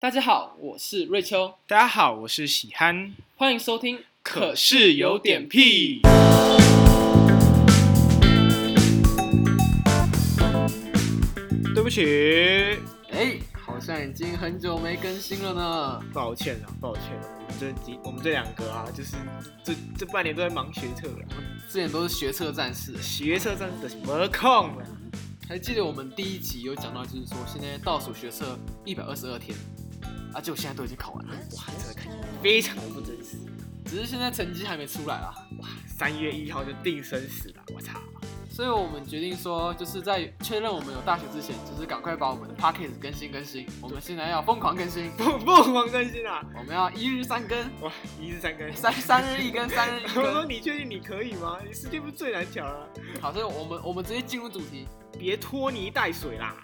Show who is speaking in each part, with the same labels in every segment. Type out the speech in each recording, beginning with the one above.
Speaker 1: 大家好，我是瑞秋，
Speaker 2: 大家好，我是喜憨，
Speaker 1: 欢迎收听。
Speaker 2: 可是有点屁。对不起，
Speaker 1: 哎，好像已经很久没更新了呢。
Speaker 2: 抱歉啊，抱歉，我们这几我们这两个啊，就是这这半年都在忙学测了，
Speaker 1: 之前都是学车战士，
Speaker 2: 学测真的是没空了。
Speaker 1: 还记得我们第一集有讲到，就是说现在倒数学测一百二十二天，啊，就现在都已经考完了，
Speaker 2: 哇，这个感觉非常的不真实。
Speaker 1: 只是现在成绩还没出来啦。
Speaker 2: 哇，三月一号就定生死了，我操！
Speaker 1: 所以我们决定说，就是在确认我们有大学之前，就是赶快把我们的 p a c k a g e 更新更新。我们现在要疯狂更新，
Speaker 2: 不不狂更新啊！
Speaker 1: 我们要一日三更，
Speaker 2: 哇，一日三更。
Speaker 1: 三三日一更，三日一
Speaker 2: 我说
Speaker 1: 更。
Speaker 2: 你确定你可以吗？你时间不是最难调了，
Speaker 1: 好，所以我们我们直接进入主题。
Speaker 2: 别拖泥带水啦。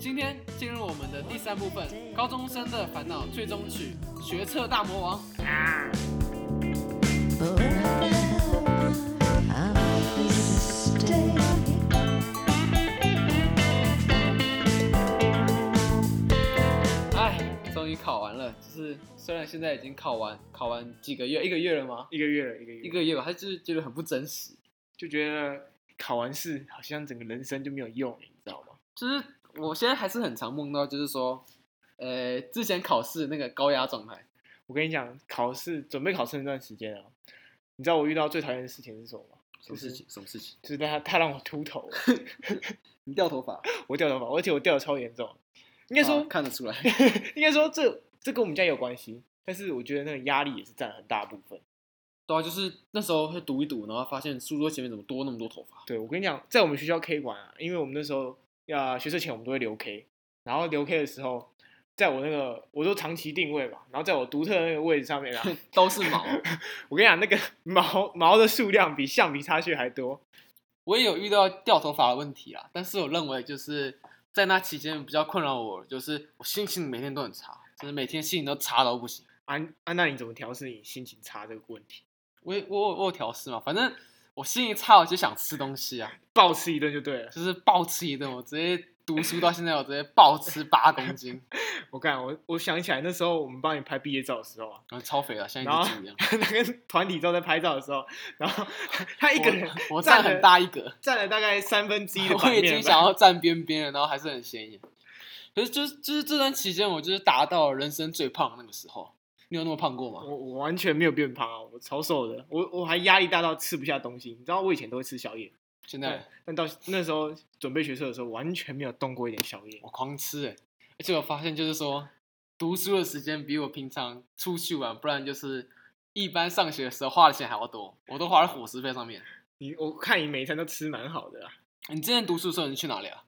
Speaker 1: 今天进入我们的第三部分，高中生的烦恼最终曲《学测大魔王》。
Speaker 2: 啊！
Speaker 3: But when I am, I'm happy to stay.
Speaker 1: 哎，终于考完了，就是虽然现在已经考完，考完几个月，一个月了吗？
Speaker 2: 一个月了，一个月，
Speaker 1: 一个月吧，他就是觉得很不真实，
Speaker 2: 就觉得考完试好像整个人生就没有用，你知道吗？
Speaker 1: 就是我现在还是很常梦到，就是说，呃，之前考试那个高压状态，
Speaker 2: 我跟你讲，考试准备考试那段时间啊，你知道我遇到最讨厌的事情是什么吗？
Speaker 1: 什么事情？什么事情？
Speaker 2: 就是他他让我秃 头，
Speaker 1: 你掉头发，
Speaker 2: 我掉头发，而且我掉的超严重。应该说，
Speaker 1: 啊看得出来，
Speaker 2: 应该说这这跟我们家有关系，但是我觉得那个压力也是占很大部分。
Speaker 1: 对啊，就是那时候会读一读，然后发现书桌前面怎么多那么多头发，
Speaker 2: 对，我跟你讲，在我们学校 K 馆啊，因为我们那时候呃学测前我们都会留 K，然后留 K 的时候，在我那个我都长期定位嘛，然后在我独特的那个位置上面啊，
Speaker 1: 都是毛。
Speaker 2: 我跟你讲，那个 毛毛的数量比橡皮擦屑还多。
Speaker 1: 我也有遇到掉头发的问题啦，但是我认为就是在那期间比较困扰我，就是我心情每天都很差，就是每天心情都差到不行。
Speaker 2: 啊啊，那你怎么调试你心情差这个问题？
Speaker 1: 我也我有我有调试嘛，反正我心情差，我就想吃东西啊，
Speaker 2: 暴吃一顿就对了。
Speaker 1: 就是暴吃一顿，我直接读书到现在，我直接暴吃八公斤，
Speaker 2: 我看我我想起来那时候我们帮你拍毕业照的时候啊，
Speaker 1: 然后嗯超肥了，像一
Speaker 2: 然后。
Speaker 1: 只猪一样
Speaker 2: 那个团体照在拍照的时候，然后他一个人
Speaker 1: 我我
Speaker 2: 占
Speaker 1: 占很
Speaker 2: 了
Speaker 1: 大一格，
Speaker 2: 占了大概三分之一的
Speaker 1: 我
Speaker 2: 版
Speaker 1: 已经
Speaker 2: 面
Speaker 1: 想
Speaker 2: 吧。
Speaker 1: 要站边边了，然后还是很显眼。可是就是就是这段期间，我就是达到了人生最胖的那个时候。你有那么胖过吗？
Speaker 2: 我我完全没有变胖啊，我超瘦的，我我还压力大到吃不下东西。你知道我以前都会吃宵夜，
Speaker 1: 现在。
Speaker 2: 但到那时候准备学测的时候，完全没有动过一点宵夜
Speaker 1: 我。狂吃哎、而且我发现就是说，读书的时间比我平常出去玩，不然就是一般上学的时候花的钱还要多，我都花在伙食费上面。
Speaker 2: 你我看你每餐都吃蛮好的、啊，
Speaker 1: 你之前读书的时候你去哪里啊？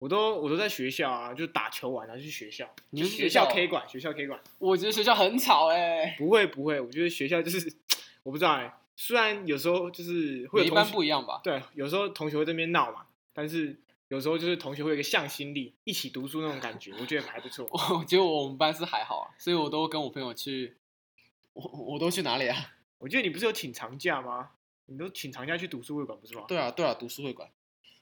Speaker 2: 我都我都在学校啊，就打球玩啊，去学校，
Speaker 1: 你
Speaker 2: 就
Speaker 1: 去
Speaker 2: 学
Speaker 1: 学校哦
Speaker 2: 校 K 馆，学校 K 馆。
Speaker 1: 我觉得学校很吵哎、
Speaker 2: 不会不会，我觉得学校就是我不知道哎、虽然有时候就是会
Speaker 1: 每
Speaker 2: 有
Speaker 1: 一
Speaker 2: 同
Speaker 1: 班
Speaker 2: 学
Speaker 1: 不一样吧？
Speaker 2: 对，有时候同学会这边闹嘛，但是有时候就是同学会有一个向心力，一起读书那种感觉，我觉得还不错。
Speaker 1: 我我觉得我们班是还好啊，所以我都跟我朋友去，我我都去哪里啊？
Speaker 2: 我记得你不是有请长假吗？你都请长假去读书会馆不是吗？
Speaker 1: 对啊对啊，读书会馆。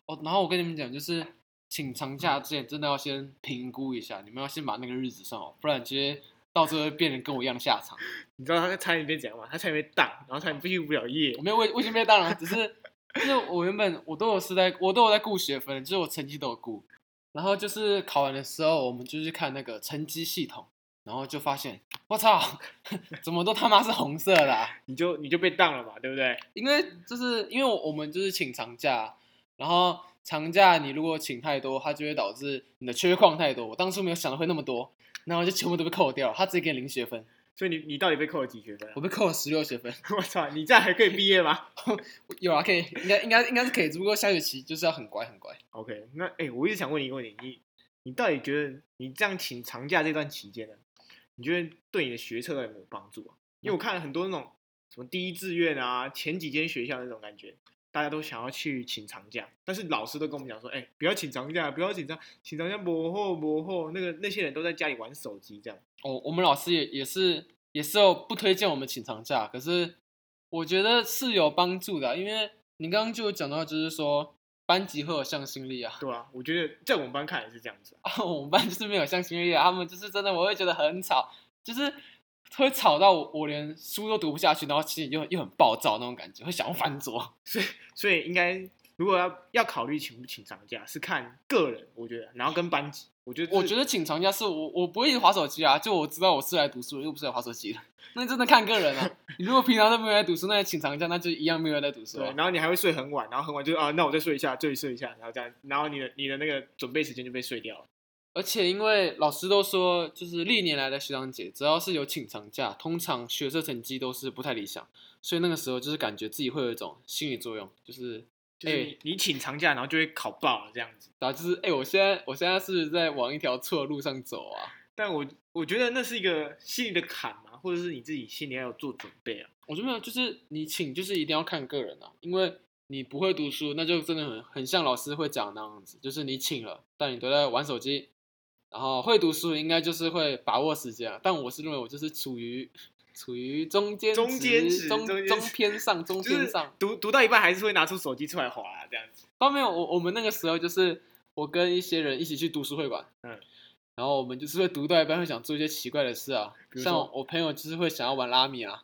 Speaker 1: 哦，然后我跟你们讲，就是请长假之前真的要先评估一下，你们要先把那个日子算好，不然直接到最后会变成跟我一样的下场。
Speaker 2: 你知道他差点被怎样吗？他差点被当，然后差点毕不了业
Speaker 1: 我。没有为为什么被当然，只是就是我原本我都有是在，我都有在顾学分，就是我成绩都有顾。然后就是考完的时候，我们就去看那个成绩系统，然后就发现，我操， 怎么都他妈是红色的啊、
Speaker 2: 你就你就被当了嘛，对不对？
Speaker 1: 因为就是因为我们就是请长假，然后长假你如果请太多，它就会导致你的缺旷太多。我当初没有想到会那么多，然后就全部都被扣掉，他直接给你零学分，
Speaker 2: 所以你你到底被扣了几学分啊、
Speaker 1: 我被扣了十六学分。
Speaker 2: 我操，你这样还可以毕业吗
Speaker 1: 有啊，可以，应该应该应该是可以，只不过下学期就是要很乖很乖。
Speaker 2: ？OK，那哎、我一直想问你一个问题，你你到底觉得你这样请长假这段期间呢，你觉得对你的学测到底有没有帮助啊？因为我看了很多那种什么第一志愿啊，前几间学校那种感觉，大家都想要去请长假，但是老师都跟我们讲说，哎、不要请长假，不要请长，请长假磨后磨后，那个那些人都在家里玩手机这样。
Speaker 1: 哦，我们老师也也是也是有不推荐我们请长假，可是我觉得是有帮助的啊、因为你刚刚就有讲到，就是说班级会有向心力啊。
Speaker 2: 对啊，我觉得在我们班看也是这样子啊。
Speaker 1: 啊，我们班就是没有向心力啊，他们就是真的，我会觉得很吵，就是会吵到我我连书都读不下去，然后心里又又很暴躁那种感觉，会想要翻桌。
Speaker 2: 所以应该如果要要考虑请不请长假，是看个人，我觉得，然后跟班级，我觉得这
Speaker 1: 我觉得请长假是我我不会一直划手机啊，就我知道我是来读书，又不是来划手机的。那真的看个人啊，你如果平常都没有在读书，那你请长假那就一样没有在读书、
Speaker 2: 对，
Speaker 1: 啊
Speaker 2: 然。后你还会睡很晚，然后很晚就是啊，那我再睡一下，再睡一下，然后这样，然后你的你的那个准备时间就被睡掉了。
Speaker 1: 而且因为老师都说，就是历年来的学长姐，只要是有请长假，通常学测成绩都是不太理想，所以那个时候就是感觉自己会有一种心理作用，就是
Speaker 2: 就是
Speaker 1: 哎
Speaker 2: 你你请长假，然后就会考爆了这样子。
Speaker 1: 然后就是，哎、我现在我现在是在往一条错的路上走啊！
Speaker 2: 但我我觉得那是一个心理的坎嘛，或者是你自己心里要有做准备啊。
Speaker 1: 我就没有，就是你请，就是一定要看个人啊，因为你不会读书，那就真的很很像老师会讲那样子，就是你请了，但你都在玩手机。然后会读书，应该就是会把握时间啊。但我是认为我就是处于处于中间
Speaker 2: 中间值
Speaker 1: 中
Speaker 2: 中间值
Speaker 1: 中偏上中
Speaker 2: 就是
Speaker 1: 偏上。
Speaker 2: 读读到一半还是会拿出手机出来划、啊、这样子。
Speaker 1: 当然没有，我我们那个时候就是我跟一些人一起去读书会馆，
Speaker 2: 嗯，
Speaker 1: 然后我们就是会读到一半会想做一些奇怪的事啊，
Speaker 2: 比如
Speaker 1: 像
Speaker 2: 说
Speaker 1: 我我朋友就是会想要玩拉米啊，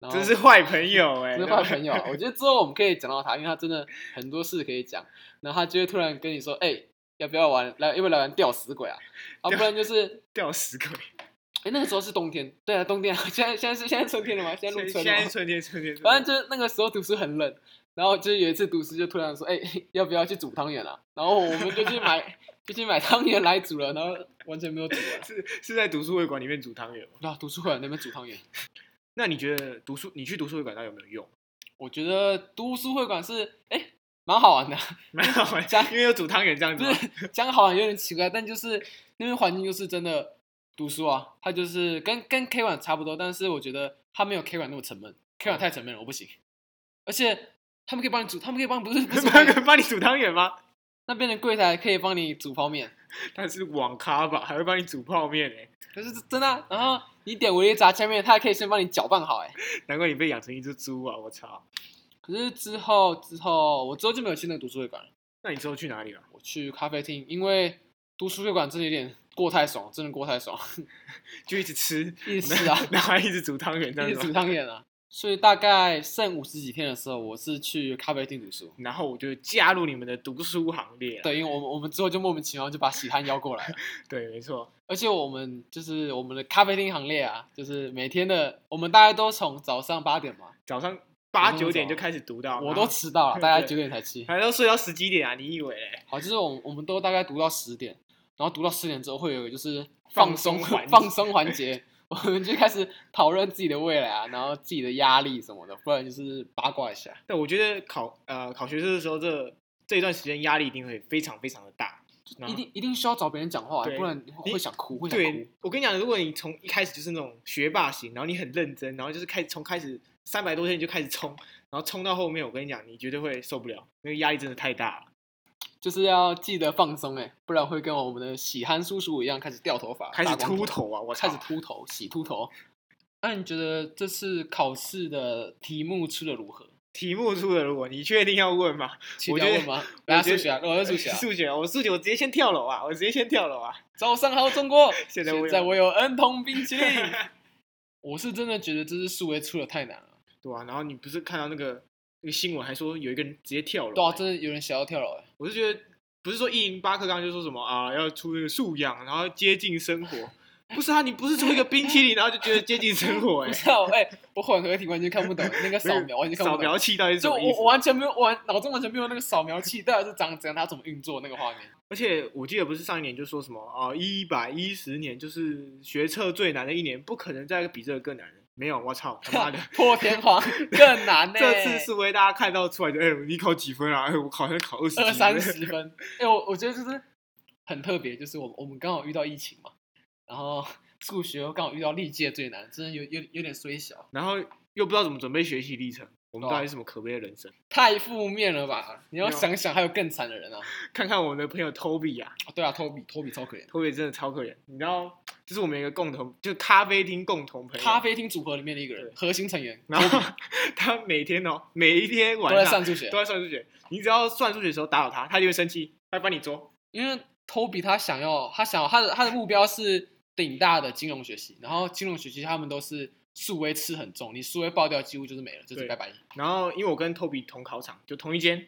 Speaker 1: 然后
Speaker 2: 真是坏朋友 哎、
Speaker 1: 真是坏朋友啊，我觉得之后我们可以讲到他，因为他真的很多事可以讲，然后他就会突然跟你说，哎、要不要玩来要不要来玩吊死鬼啊，啊不然就是。
Speaker 2: 掉屎鬼。
Speaker 1: 哎，那个时候是冬天，对啊，冬天啊，现在现在是现在春天了吗？现在入
Speaker 2: 现
Speaker 1: 春了
Speaker 2: 在
Speaker 1: 吗
Speaker 2: 是？春天，春天。
Speaker 1: 反正就是那个时候读书很冷，然后就是有一次读书就突然说，哎、要不要去煮汤圆啊？然后我们就去买，就去买汤圆来煮了，然后完全没有煮啊完。
Speaker 2: 是是在读书会馆里面煮汤圆吗？
Speaker 1: 那读书会啊那边煮汤圆，
Speaker 2: 那你觉得读书，你去读书会馆到底有没有 用？
Speaker 1: 我觉得读书会馆是哎蛮、好玩的，
Speaker 2: 没有， 因为有煮汤圆这样子
Speaker 1: 就
Speaker 2: 吗。
Speaker 1: 是讲好玩有点奇怪，但就是那边环境就是真的读书啊，它就是跟跟 K 馆差不多，但是我觉得它没有 K 馆那么沉闷，K 馆太沉闷了，我不行。而且他们可以帮你煮，他们可以帮不是不 是帮你
Speaker 2: 帮帮你煮汤圆吗？
Speaker 1: 那边的柜台可以帮你煮泡面。
Speaker 2: 但是网咖吧， 还会帮你煮泡面哎、
Speaker 1: 可是这真的啊、然后你点维力炸酱面，它还可以先帮你搅拌好哎。
Speaker 2: 难怪你被养成一只猪啊！我操！
Speaker 1: 可是之后之后，我之后就没有去那个读书会馆了，
Speaker 2: 那你之后去哪里啊了？
Speaker 1: 我去咖啡厅，因为读书会馆真的有点过太爽，真的过太爽，
Speaker 2: 就一直吃，
Speaker 1: 一直吃啊，
Speaker 2: 然后还一直煮汤圆这
Speaker 1: 一
Speaker 2: 样
Speaker 1: 直煮
Speaker 2: 子。
Speaker 1: 汤圆啊。所以大概剩五十几天的时候，我是去咖啡厅读书。
Speaker 2: 然后我就加入你们的读书行列啊。
Speaker 1: 对，因为我们我们之后就莫名其妙就把喜憨邀过来了，
Speaker 2: 对，没错。
Speaker 1: 而且我们就是我们的咖啡厅行列啊，就是每天的我们大概都从早上八点嘛，
Speaker 2: 早上
Speaker 1: 我
Speaker 2: 八
Speaker 1: 那么
Speaker 2: 九点
Speaker 1: 早
Speaker 2: 就开始读到，
Speaker 1: 我
Speaker 2: 然
Speaker 1: 都
Speaker 2: 后
Speaker 1: 迟到了，大概
Speaker 2: 对
Speaker 1: 九点才起。
Speaker 2: 还都睡到十几点啊？你以为嘞？
Speaker 1: 好，就是我们我们都大概读到十点，然后读到十点之后会有一个就是放
Speaker 2: 放
Speaker 1: 松
Speaker 2: 松环节
Speaker 1: 放松环节，我们就开始讨论自己的未来啊，然后自己的压力什么的，不然就是八卦一下。
Speaker 2: 但我觉得考呃考学测的时候这这一段时间压力一定会非常非常的大，然
Speaker 1: 一
Speaker 2: 后
Speaker 1: 定一定需要找别人讲话，啊
Speaker 2: 对
Speaker 1: 不然
Speaker 2: 你
Speaker 1: 会想哭，会想哭
Speaker 2: 对。，我跟你讲，如果你从一开始就是那种学霸型，然后你很认真，然后就是开始从开始三百多天你就开始冲，然后冲到后面，我跟你讲，你绝对会受不了，那个压力真的太大了，
Speaker 1: 就是要记得放松哎、不然会跟我们的喜憨叔叔一样开始掉头发，
Speaker 2: 开始
Speaker 1: 大光
Speaker 2: 秃头啊！我
Speaker 1: 开
Speaker 2: 操
Speaker 1: 始秃头，洗秃头。那你觉得这次考试的题目出的如何？
Speaker 2: 题目出的，如果你确定要问吗？
Speaker 1: 去
Speaker 2: 我
Speaker 1: 掉
Speaker 2: 觉得
Speaker 1: 问吗？来啊
Speaker 2: 觉
Speaker 1: 数
Speaker 2: 得
Speaker 1: 学啊，我要数 学啊。
Speaker 2: 数学，我数学，我直接先跳楼啊！我直接先跳楼啊！
Speaker 1: 早上好，中国！
Speaker 2: 现在我有
Speaker 1: 有 N 桶冰 淇淋。我是真的觉得这次数位出的太难了，
Speaker 2: 对啊，然后你不是看到那个那个新闻，还说有一个人直接跳楼、
Speaker 1: 对啊，
Speaker 2: 欸
Speaker 1: 真的有人想要跳 楼哎。
Speaker 2: 我是觉得不是说一零八课纲就说什么啊，要出那个素养，然后接近生 活。不是啊，你不是出一个冰淇淋，然后就觉得接近生活哎、
Speaker 1: 不是啊，我哎，我混合题完全看不懂那个扫描，完全看
Speaker 2: 扫
Speaker 1: 不懂。
Speaker 2: 描器到底是什
Speaker 1: 就
Speaker 2: 么意
Speaker 1: 我
Speaker 2: 思
Speaker 1: 我？完全没有，我完脑中完全没有那个扫描器到底是长怎样，它怎么运作那个画面。
Speaker 2: 而且我记得不是上一年就说什么啊，一百一十年就是学测最难的一年，不可能再比这个更难的。没有，我操他妈的！
Speaker 1: 破天荒 更难呢、
Speaker 2: 这次数为大家看到出来就，哎、你考几分啊？哎、我好像考二十
Speaker 1: 二三十分。哎、我我觉得就是很特别，就是我我们刚好遇到疫情嘛，然后数学又刚好遇到历届最难，真的有有有点虽小。
Speaker 2: 然后又不知道怎么准备学习历程，
Speaker 1: 啊
Speaker 2: 我们到底是什么可悲的人生？
Speaker 1: 太负面了吧？你要
Speaker 2: 没有
Speaker 1: 想想还有更惨的人啊！
Speaker 2: 看看我们的朋友 Toby 啊
Speaker 1: 哦对啊，托比，托比超可怜。
Speaker 2: ，Toby 真的超可怜。你知道，就是我们有一个共同，就是咖啡厅共同朋友，
Speaker 1: 咖啡厅组合里面的一个人
Speaker 2: 对，
Speaker 1: 核心成员，
Speaker 2: 然后 他每天哦，每一天
Speaker 1: 都
Speaker 2: 晚
Speaker 1: 在
Speaker 2: 上
Speaker 1: 上数学
Speaker 2: 都，在算数学，你只要算数学的时候打扰他，他就会生气，他会帮你捉。
Speaker 1: 因为托比他想要，他想要他的他的目标是顶大的金融学习，然后金融学习他们都是数微吃很重，你数微爆掉几乎就是没了，就是
Speaker 2: 对
Speaker 1: 拜拜。
Speaker 2: 然后因为我跟 Toby 同考场，就同一间，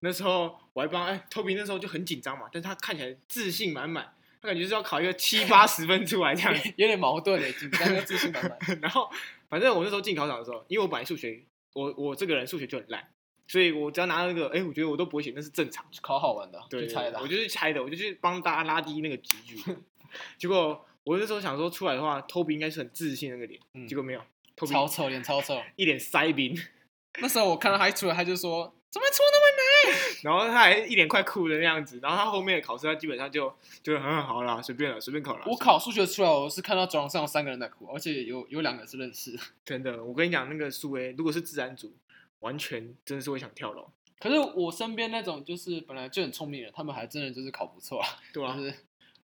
Speaker 2: 那时候我还帮哎 Toby 那时候就很紧张嘛，但是他看起来自信满满，他感觉是要考一个七八十分出来这样子。
Speaker 1: 有点矛盾欸诶，紧张又自信 满满。
Speaker 2: 然后反正我那时候进考场的时候，因为我本来数学，我我这个人数学就很烂，所以我只要拿到那个，哎，我觉得我都不会写，那是正常。
Speaker 1: 考好玩的啊，
Speaker 2: 对，
Speaker 1: 就猜的啊
Speaker 2: 我。就是猜的，我就去帮大家拉低那个集 距。结果我那时候想说出来的话，Toby 应该是很自信那个脸，
Speaker 1: 嗯
Speaker 2: 结果没有
Speaker 1: 超
Speaker 2: ，Toby
Speaker 1: 丑，脸超丑。
Speaker 2: 一脸塞宾，
Speaker 1: 那时候我看到他一出来，他就说：“怎么出那么难
Speaker 2: 然后他还一脸快哭的那样子，然后他后面的考试他基本上就就嗯好啦，随便了，随便考了。？”
Speaker 1: 我考数学出来，我是看到走廊上有三个人在哭，而且有有两个是认识的。
Speaker 2: 真的，我跟你讲那个苏威，如果是自然组，完全真的是会想跳楼，
Speaker 1: 可是我身边那种就是本来就很聪明的人，他们还真的就是考不错啊，
Speaker 2: 对吧、
Speaker 1: 就是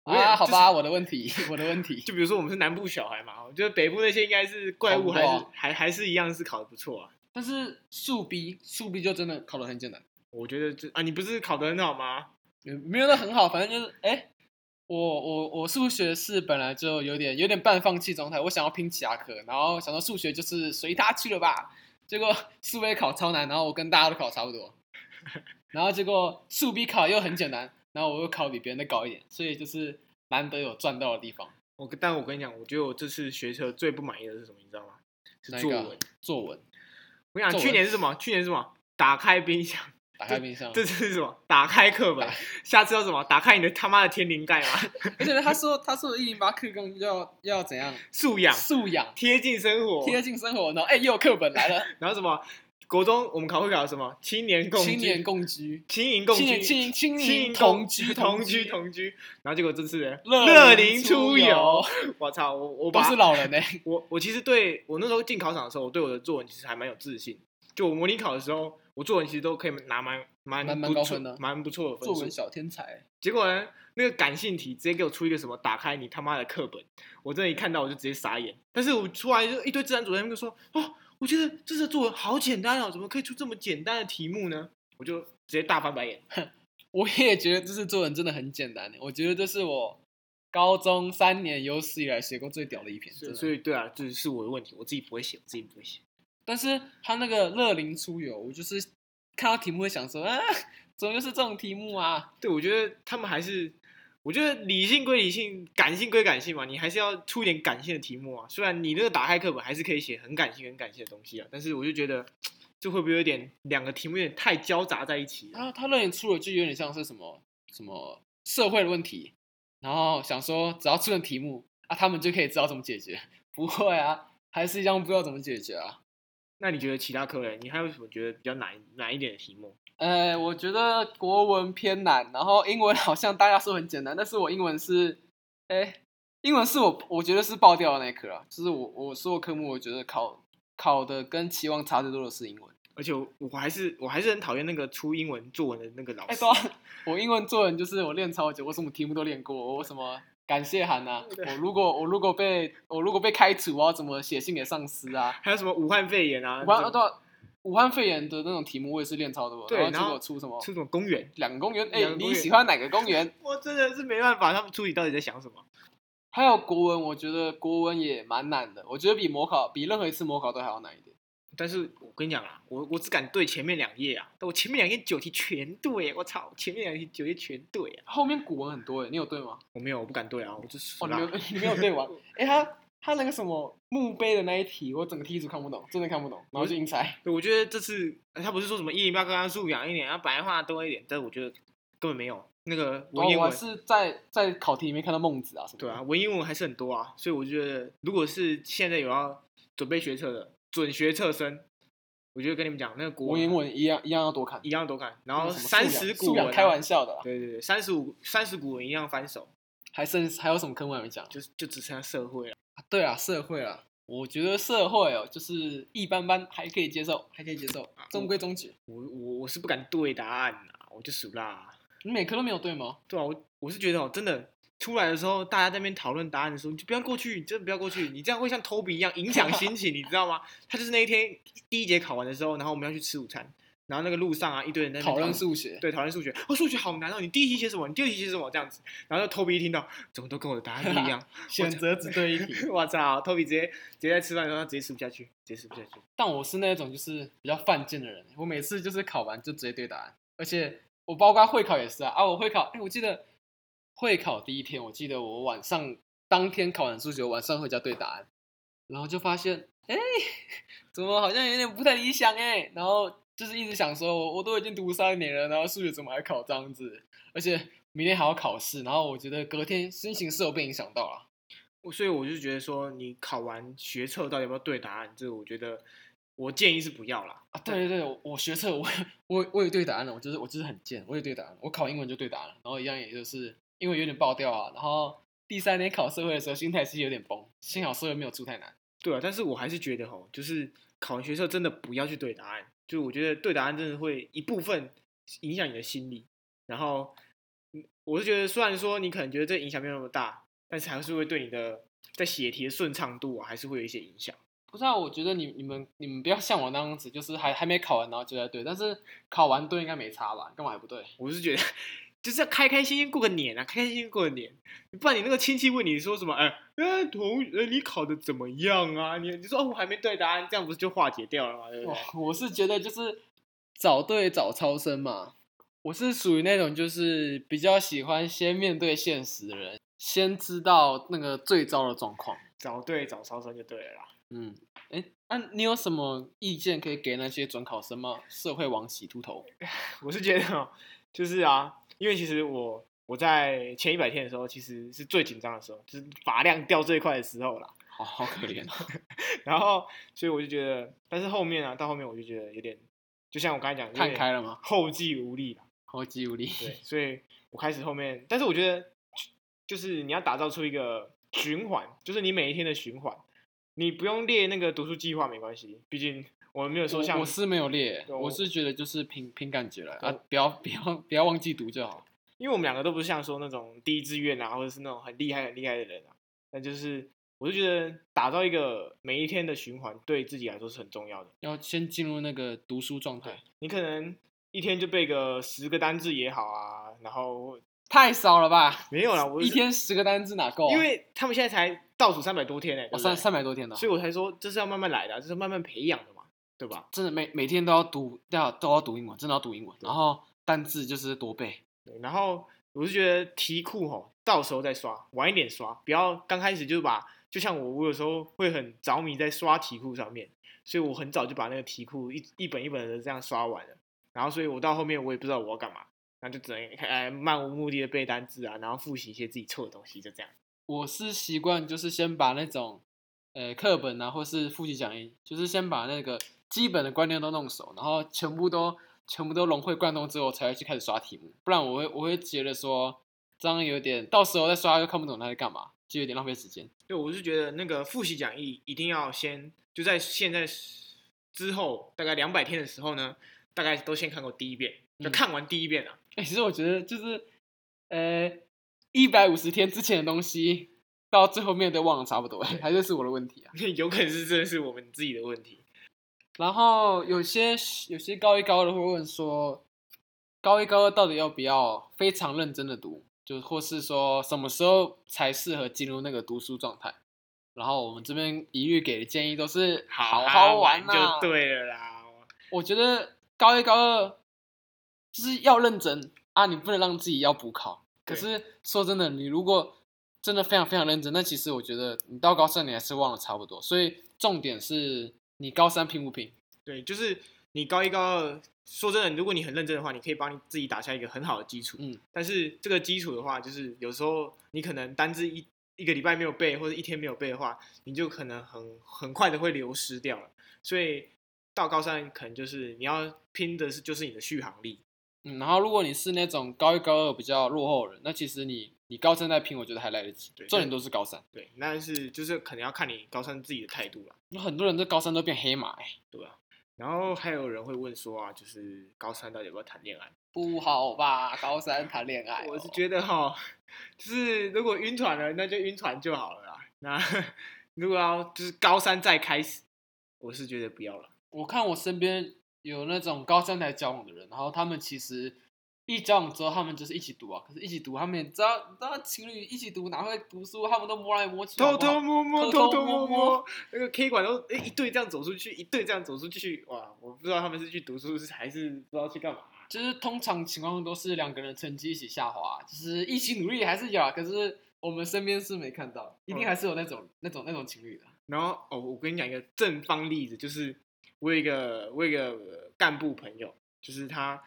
Speaker 2: 我也
Speaker 1: 啊，好
Speaker 2: 就是
Speaker 1: 吧，我的问题， 我的问题。
Speaker 2: 就比如说我们是南部小孩嘛，我觉得北部那些应该是怪
Speaker 1: 考
Speaker 2: 物
Speaker 1: 不
Speaker 2: 还
Speaker 1: 到
Speaker 2: 是还还是一样是考的不错啊。
Speaker 1: 但是数 B 数 B 就真的考得很简单，
Speaker 2: 我觉得这啊，你不是考得很好吗？
Speaker 1: 也没有那很好，反正就是哎、我我我数学是本来就有点有点半放弃状态，我想要拼其他科，然后想到数学就是随他去了吧，结果 数 A 考超难，然后我跟大家都考差不多，然后结果数 B 考又很简单，然后我又考比别人的高一点，所以就是难得有赚到的地方。
Speaker 2: 我跟但我跟你讲，我觉得我这次学车最不满意的是什么，你知道吗？是
Speaker 1: 哪一
Speaker 2: 作
Speaker 1: 个啊
Speaker 2: 文。
Speaker 1: 作文，
Speaker 2: 我跟你
Speaker 1: 作
Speaker 2: 讲，
Speaker 1: 文
Speaker 2: 去年是什么？去年是什么？打开冰箱。
Speaker 1: 打开冰箱，
Speaker 2: 这次是什么？打开课本
Speaker 1: 打。
Speaker 2: 下次要什么？打开你的他妈的天灵盖嘛！
Speaker 1: 而且他说他说一零八课纲要要怎样
Speaker 2: 素养，
Speaker 1: 素养。
Speaker 2: 贴近生活。
Speaker 1: 贴近生活，然后哎，又有课本来了，
Speaker 2: 然后什么？国中我们考会考什么？青年 共居。
Speaker 1: 青年共居，
Speaker 2: 青银共
Speaker 1: 青
Speaker 2: 居。
Speaker 1: 年青青
Speaker 2: 青
Speaker 1: 年
Speaker 2: 银
Speaker 1: 同居
Speaker 2: 同
Speaker 1: 居
Speaker 2: 居同居。然后结果这次呢
Speaker 1: 乐
Speaker 2: 龄
Speaker 1: 龄
Speaker 2: 出
Speaker 1: 出
Speaker 2: 游
Speaker 1: 游。
Speaker 2: 我操！我我
Speaker 1: 都
Speaker 2: 把
Speaker 1: 是老人欸呢、
Speaker 2: 我我其实对我那时候进考场的时候，我对我的作文其实还蛮有自信。就我模拟考的时候，我作文其实都可以拿蛮蛮
Speaker 1: 蛮蛮
Speaker 2: 不
Speaker 1: 高
Speaker 2: 错
Speaker 1: 分的
Speaker 2: 蛮不错的分
Speaker 1: 作
Speaker 2: 数
Speaker 1: 文。小天才，
Speaker 2: 结果呢，那个感性题直接给我出一个什么，打开你他妈的课本，我真的一看到我就直接傻眼。但是我出来就一堆自然组的人就说，哦，我觉得这次的作文好简单哦，怎么可以出这么简单的题目呢？我就直接大翻白眼。
Speaker 1: 啊我也觉得这次作文真的很简单、欸我觉得这是我高中三年有史以来写过最屌的一篇，真的
Speaker 2: 所以对啊，这是我的问题，我自己不会写，我自己不会写。
Speaker 1: 但是他那个乐龄出游，我就是看到题目会想说啊，怎么又是这种题目啊？
Speaker 2: 对，我觉得他们还是，我觉得理性归理性，感性归感性嘛，你还是要出一点感性的题目啊。虽然你那个打开课本还是可以写很感性、很感性的东西啊，但是我就觉得这会不会有点两个题目有点太交杂在一起了？
Speaker 1: 他他乐龄出游就有点像是什么什么社会的问题，然后想说只要出了题目啊，他们就可以知道怎么解决。不会啊，还是一样不知道怎么解决啊。
Speaker 2: 那你觉得其他科嘞？你还有什么觉得比较难难一点的题目？
Speaker 1: 呃，我觉得国文偏难，然后英文好像大家说很简单，但是我英文是，哎，英文是我我觉得是爆掉的那一科啊，就是我我所有科目我觉得考考的跟期望差最多的是英文。
Speaker 2: 而且我我还是我还是很讨厌那个出英文作文的那个老
Speaker 1: 哎，
Speaker 2: 师
Speaker 1: 对，啊， 我英文作文就是我练超久，我什么题目都练过，我什么感谢函呐、我如果我如果被我如果被开除，我要怎么写信给上司啊？
Speaker 2: 还有什么武汉肺炎啊，
Speaker 1: 武汉啊
Speaker 2: 这
Speaker 1: 对啊，武汉肺炎的那种题目我也是练超多，
Speaker 2: 对
Speaker 1: 然后
Speaker 2: 然
Speaker 1: 结
Speaker 2: 后
Speaker 1: 果出什么
Speaker 2: 出什么公园？
Speaker 1: 两个公园，哎
Speaker 2: 两个，公
Speaker 1: 你
Speaker 2: 园
Speaker 1: 喜欢哪个公园？
Speaker 2: 我真的是没办法，他们出题到底在想什么？
Speaker 1: 还有国文，我觉得国文也蛮难的，我觉得比模考比任何一次模考都还要难一点。
Speaker 2: 但是我跟你讲啊，我我只敢对前面两页啊，但我前面两页九题全对，我操，前面两题九题全对啊！
Speaker 1: 后面古文很多诶，欸你有对吗？
Speaker 2: 我没有，我不敢对啊，我就是
Speaker 1: 哦，你没有
Speaker 2: 啦
Speaker 1: 你没有对 完。诶，他他那个什么墓碑的那一题，我整个题组看不懂，真的看不懂，然后就硬猜。
Speaker 2: 对我觉得这次呃他不是说什么一零八刚刚素养一点，然后白话多一点，但我觉得根本没有那个
Speaker 1: 然
Speaker 2: 文
Speaker 1: 后
Speaker 2: 言
Speaker 1: 哦我还
Speaker 2: 文。
Speaker 1: 是在在考题里面看到孟子啊什么。
Speaker 2: 对啊，，文言文还是很多啊，所以我觉得，如果是现在有要准备学测的准学测生，我觉得跟你们讲，那个国
Speaker 1: 文言文一样一样要多看。
Speaker 2: 一样多看，然后
Speaker 1: 那个什么
Speaker 2: 三
Speaker 1: 素
Speaker 2: 十
Speaker 1: 养
Speaker 2: 古
Speaker 1: 素
Speaker 2: 文、
Speaker 1: 养
Speaker 2: 啊，
Speaker 1: 开玩笑的啦，
Speaker 2: 对对对，三十五三十古文一样翻手，
Speaker 1: 还剩还有什么坑我还没讲？
Speaker 2: 就就只剩下社会了。
Speaker 1: 啊对啊，社会啊，我觉得社会哦，就是一般般，还可以接受，还可以接受，中规中矩。
Speaker 2: 啊我我我是不敢对答案啊，我就数啦。
Speaker 1: 你每科都没有对吗？
Speaker 2: 对啊，我我是觉得哦，真的出来的时候，大家在那边讨论答案的时候，你就不要过去，你真的不要过去，你这样会像 Toby 一样影响 心情，你知道吗？他就是那一天第一节考完的时候，然后我们要去吃午餐，然后那个路上啊，一堆人在那边
Speaker 1: 讨论
Speaker 2: 论
Speaker 1: 数学，
Speaker 2: 对，讨论数学，哦，数学好难哦！你第一题写什么？你第二题写什么？这样子，然后 Toby 一听到，怎么都跟我的答案不一样，
Speaker 1: 选择只对一题。
Speaker 2: 我操！Toby 直接直接在吃饭的时候，他直接吃不下去，直接吃不下去。
Speaker 1: 但我是那种就是比较犯贱的人，我每次就是考完就直接对答案，而且我包括会考也是啊啊，我会考，哎、我记得会考第一天，我记得我晚上当天考完数学，我晚上回家对答案，然后就发现，哎、 怎么好像有点不太理想哎、然后就是一直想说，我我都已经读三年了，然后数学怎么还考这样子，而且明天还要考试，然后我觉得隔天心情是有被影响到了。
Speaker 2: 我所以我就觉得说，你考完学测到底要不要对答案？这个我觉得我建议是不要啦。
Speaker 1: 啊，对对对，我我学测我我我也对答案了，我就是我就是很贱，我也对答案，我考英文就对答案了，然后一样也就是因为有点爆掉啊，然后第三年考社会的时候心态是有点崩，幸好社会没有出太难，
Speaker 2: 对啊，但是我还是觉得吼，就是考完学测真的不要去对答案，就是我觉得对答案真的会一部分影响你的心理。然后，嗯我是觉得虽然说你可能觉得这影响没有那么大，但是还是会对你的在写题的顺畅度啊，还是会有一些影响。
Speaker 1: 不知道、我觉得你你们你们不要像我那样子，就是还还没考完然后就在对，但是考完对应该没差吧？干嘛还不对？
Speaker 2: 我是觉得 就是要开开心心过个年啊，开开心心过个年，不然你那个亲戚问你说什么，哎、哎，同呃你考的怎么样啊？你你说哦我还没对答案，这样不是就化解掉了吗？对啊不
Speaker 1: 哇
Speaker 2: 对？，
Speaker 1: 我是觉得就是早对早超生嘛。我是属于那种就是比较喜欢先面对现实的人，先知道那个最糟的状况。
Speaker 2: 早对早超生就对了啦。
Speaker 1: 嗯，哎，那、你有什么意见可以给那些转考生吗？社会王洗秃头，
Speaker 2: 我是觉得哦，就是啊，因为其实我我在前一百天的时候，其实是最紧张的时候，就是发量掉最快的时候啦。
Speaker 1: 好好可怜哦。
Speaker 2: 然后，所以我就觉得，但是后面啊，到后面我就觉得有点，就像我刚才讲，有
Speaker 1: 看
Speaker 2: 点
Speaker 1: 开了吗？
Speaker 2: 后继无力啦。
Speaker 1: 后继无力。
Speaker 2: 对，所以我开始后面，但是我觉得就是你要打造出一个循环，就是你每一天的循环，你不用列那个读书计划没关系，毕竟我们没有说像
Speaker 1: 我我是没有列，
Speaker 2: 对
Speaker 1: 我
Speaker 2: 我
Speaker 1: 是觉得就是凭凭感觉来啊
Speaker 2: 对，
Speaker 1: 不要不要不要忘记读就好。
Speaker 2: 因为我们两个都不是像说那种第一志愿啊，或者是那种很厉害很厉害的人啊，那就是我就觉得打造一个每一天的循环，对自己来说是很重要的。
Speaker 1: 要先进入那个读书状态，
Speaker 2: 你可能一天就背个十个单字也好啊，然后
Speaker 1: 太少了吧？
Speaker 2: 没有啦，我
Speaker 1: 一
Speaker 2: 是，
Speaker 1: 天十个单字哪够啊、
Speaker 2: 因为他们现在才倒数三百多天呢、欸，
Speaker 1: 我
Speaker 2: 对不
Speaker 1: 哦三
Speaker 2: 对
Speaker 1: 三百多天啊呢，
Speaker 2: 所以我才说这是要慢慢来的啊、这是慢慢培养的嘛，对吧？
Speaker 1: 真的每每天都要读，都要都要读英文，真的要读英文，然后单字就是多背。
Speaker 2: 对然后我是觉得题库吼，到时候再刷，晚一点刷，不要刚开始就把，就像我，我有时候会很着迷在刷题库上面，所以我很早就把那个题库一一本一本的这样刷完了，然后所以我到后面我也不知道我要干嘛，那就只能哎漫无目的的背单字啊，然后复习一些自己错的东西，就这样。
Speaker 1: 我是习惯就是先把那种呃课本啊，或是复习讲义，就是先把那个基本的观念都弄熟，然后全部都全部都融会贯通之后，才会去开始刷题目。不然我会我会觉得说这样有点，到时候再刷又看不懂他在干嘛，就有点浪费时间。
Speaker 2: 对，我是觉得那个复习讲义一定要先就在现在之后大概两百天的时候呢，大概都先看过第一遍，就
Speaker 1: 嗯
Speaker 2: 看完第一遍啊。
Speaker 1: 哎、其实我觉得就是呃一百五十天之前的东西，到最后面都忘了差不多，还是是我的问题啊。
Speaker 2: 有可能是真的是我们自己的问题。
Speaker 1: 然后有些有些高一高二的会问说，高一高二到底要不要非常认真的读，就或是说什么时候才适合进入那个读书状态？然后我们这边一律给的建议都是好
Speaker 2: 好
Speaker 1: 玩哦
Speaker 2: 玩
Speaker 1: 呐、
Speaker 2: 就对了啦。
Speaker 1: 我觉得高一高二就是要认真啊，你不能让自己要补考。可
Speaker 2: 对
Speaker 1: 是说真的，你如果真的非常非常认真，那其实我觉得你到高三你还是忘了差不多。所以重点是你高三拼不拼？
Speaker 2: 对，就是你高一高二，说真的，如果你很认真的话，你可以帮你自己打下一个很好的基础。
Speaker 1: 嗯，
Speaker 2: 但是这个基础的话，就是有时候你可能单字一一个礼拜没有背，或者一天没有背的话，你就可能很很快的会流失掉了。所以到高三，可能就是你要拼的是就是你的续航力。
Speaker 1: 嗯，然后如果你是那种高一高二比较落后的人，那其实你你高三再拼，我觉得还来得及
Speaker 2: 对。
Speaker 1: 重点都是高三，
Speaker 2: 对，但是就是可能要看你高三自己的态度啦，
Speaker 1: 有很多人在高三都变黑马、欸，
Speaker 2: 对吧、然后还有人会问说啊，就是高三到底要不要谈恋爱？
Speaker 1: 不好吧？高三谈恋爱哦、
Speaker 2: 我是觉得哈，就是如果晕船了，那就晕船就好了啦。那 如果要就是高三再开始，我是觉得不要了。
Speaker 1: 我看我身边有那种高三才交往的人，然后他们其实一交往之后，他们就是一起读啊，可是一起读，他们也知道，你知道情侣一起读哪会读书，他们都摸来摸去，
Speaker 2: 偷
Speaker 1: 好不好
Speaker 2: 偷摸摸，
Speaker 1: 偷
Speaker 2: 偷
Speaker 1: 偷
Speaker 2: 偷
Speaker 1: 摸
Speaker 2: 摸摸，那个 K 馆都哎一对这样走出去，一对这样走出去，哇！我不知道他们是去读书是还是不知道去干嘛。
Speaker 1: 就是通常情况都是两个人成绩一起下滑，就是一起努力还是有啊，可是我们身边是没看到，一定还是有那种、那种那种情侣的。
Speaker 2: 然后哦，我跟你讲一个正方例子，就是我有一个我有一个呃干部朋友，就是他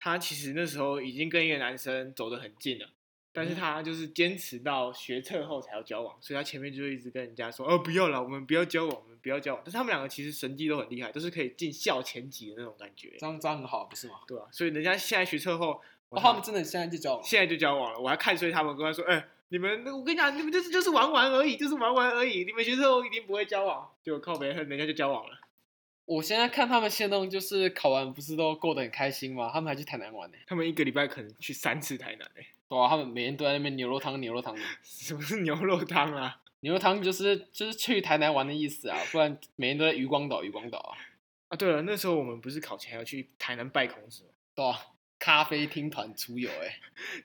Speaker 2: 他其实那时候已经跟一个男生走得很近了，但是
Speaker 1: 嗯
Speaker 2: 他就是坚持到学测后才要交往，所以他前面就一直跟人家说哦不要了，我们不要交往，我们不要交往。但是他们两个其实神技都很厉害，都是可以进校前几的那种感觉
Speaker 1: 这，样这样很好，不是吗？
Speaker 2: 对吧、所以人家现在学测后，我
Speaker 1: 哦，他们真的现在就交往，
Speaker 2: 现在就交往了，我还看衰他们，跟他说，哎、你们，我跟你讲，你们就是就是玩玩而已，就是玩玩而已，你们学生一定不会交往，结果靠北，人家就交往了，
Speaker 1: 我现在看他们现动，就是考完不是都过得很开心吗？他们还去台南玩呢、
Speaker 2: 他们一个礼拜可能去三次台南、欸，
Speaker 1: 对啊，他们每天都在那边牛肉汤牛肉汤的，
Speaker 2: 什么是牛肉汤啊？
Speaker 1: 牛肉汤就是就是去台南玩的意思啊，不然每天都在渔光岛渔光岛啊，
Speaker 2: 啊，对了，那时候我们不是考前还要去台南拜孔子吗，
Speaker 1: 对啊，咖啡厅团出游哎、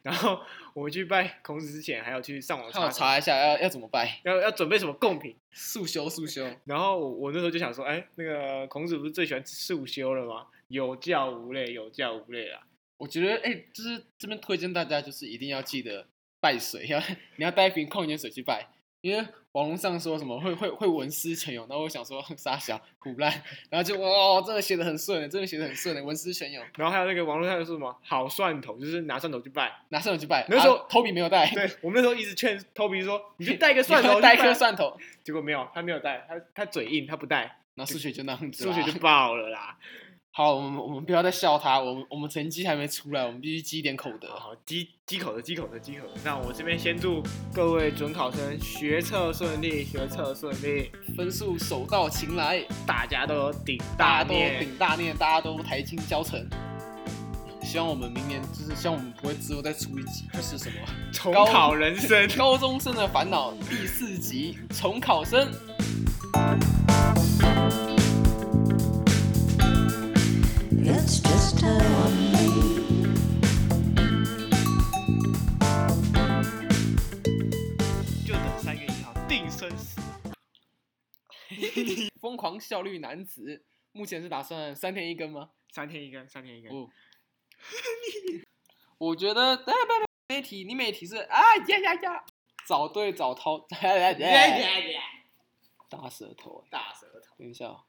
Speaker 2: 然后我们去拜孔子之前还要去上网
Speaker 1: 看我
Speaker 2: 查，
Speaker 1: 查一下要要怎么办，
Speaker 2: 要要准备什么贡品，
Speaker 1: 速修速修，
Speaker 2: 然后我我那时候就想说，哎、那个孔子不是最喜欢吃素修了吗？有教无类，有教无类啊。
Speaker 1: 我觉得哎、就是这边推荐大家就是一定要记得拜水， 要你要带一瓶矿泉水去拜。因为网络上说什么会会会文思泉涌，那我想说 傻小胡乱，然后就哇、哦，真的写的很顺欸，真的写的很顺欸，文思泉涌，
Speaker 2: 然后还有那个网络上有说什么好蒜头，就是拿蒜头去拜，
Speaker 1: 拿蒜头去拜。
Speaker 2: 那时候
Speaker 1: 啊、头皮没有带，
Speaker 2: 对我们那时候一直劝 Toby 说，你就带一个
Speaker 1: 你
Speaker 2: 蒜
Speaker 1: 要
Speaker 2: 头，
Speaker 1: 带一颗，蒜头，
Speaker 2: 结果没有，他没有带，他他嘴硬，他不带，
Speaker 1: 然后数学就那样子
Speaker 2: 数
Speaker 1: 啦。
Speaker 2: 学就爆了啦。
Speaker 1: 好，我们我们不要再笑他，我们我们成绩还没出来，我们必须积一点口德。
Speaker 2: 好，鸡鸡口的鸡口的鸡口的。那我这边先祝各位准考生学测顺利，学测顺利，
Speaker 1: 分数手到擒来，
Speaker 2: 大家都有顶
Speaker 1: 大家
Speaker 2: 大
Speaker 1: 都
Speaker 2: 念。
Speaker 1: 顶大念，大家都台青教成。希望我们明年就是，希望我们不会之后再出一集，就是什么
Speaker 2: 重
Speaker 1: 高
Speaker 2: 考人生。
Speaker 1: 高中生的烦恼第四集重考生。
Speaker 3: That's just how I'm made.
Speaker 2: 就等三月一号定生死。
Speaker 1: 疯狂效率男子，目前是打算三天一更吗？
Speaker 2: 三天一根，三天一根。
Speaker 1: 不，我觉得，哎，不不不，媒体你每题是啊呀呀呀， 找对找涛，
Speaker 2: 耶耶耶
Speaker 1: 大舌头，哎
Speaker 2: 大舌头。
Speaker 1: 等一下哦，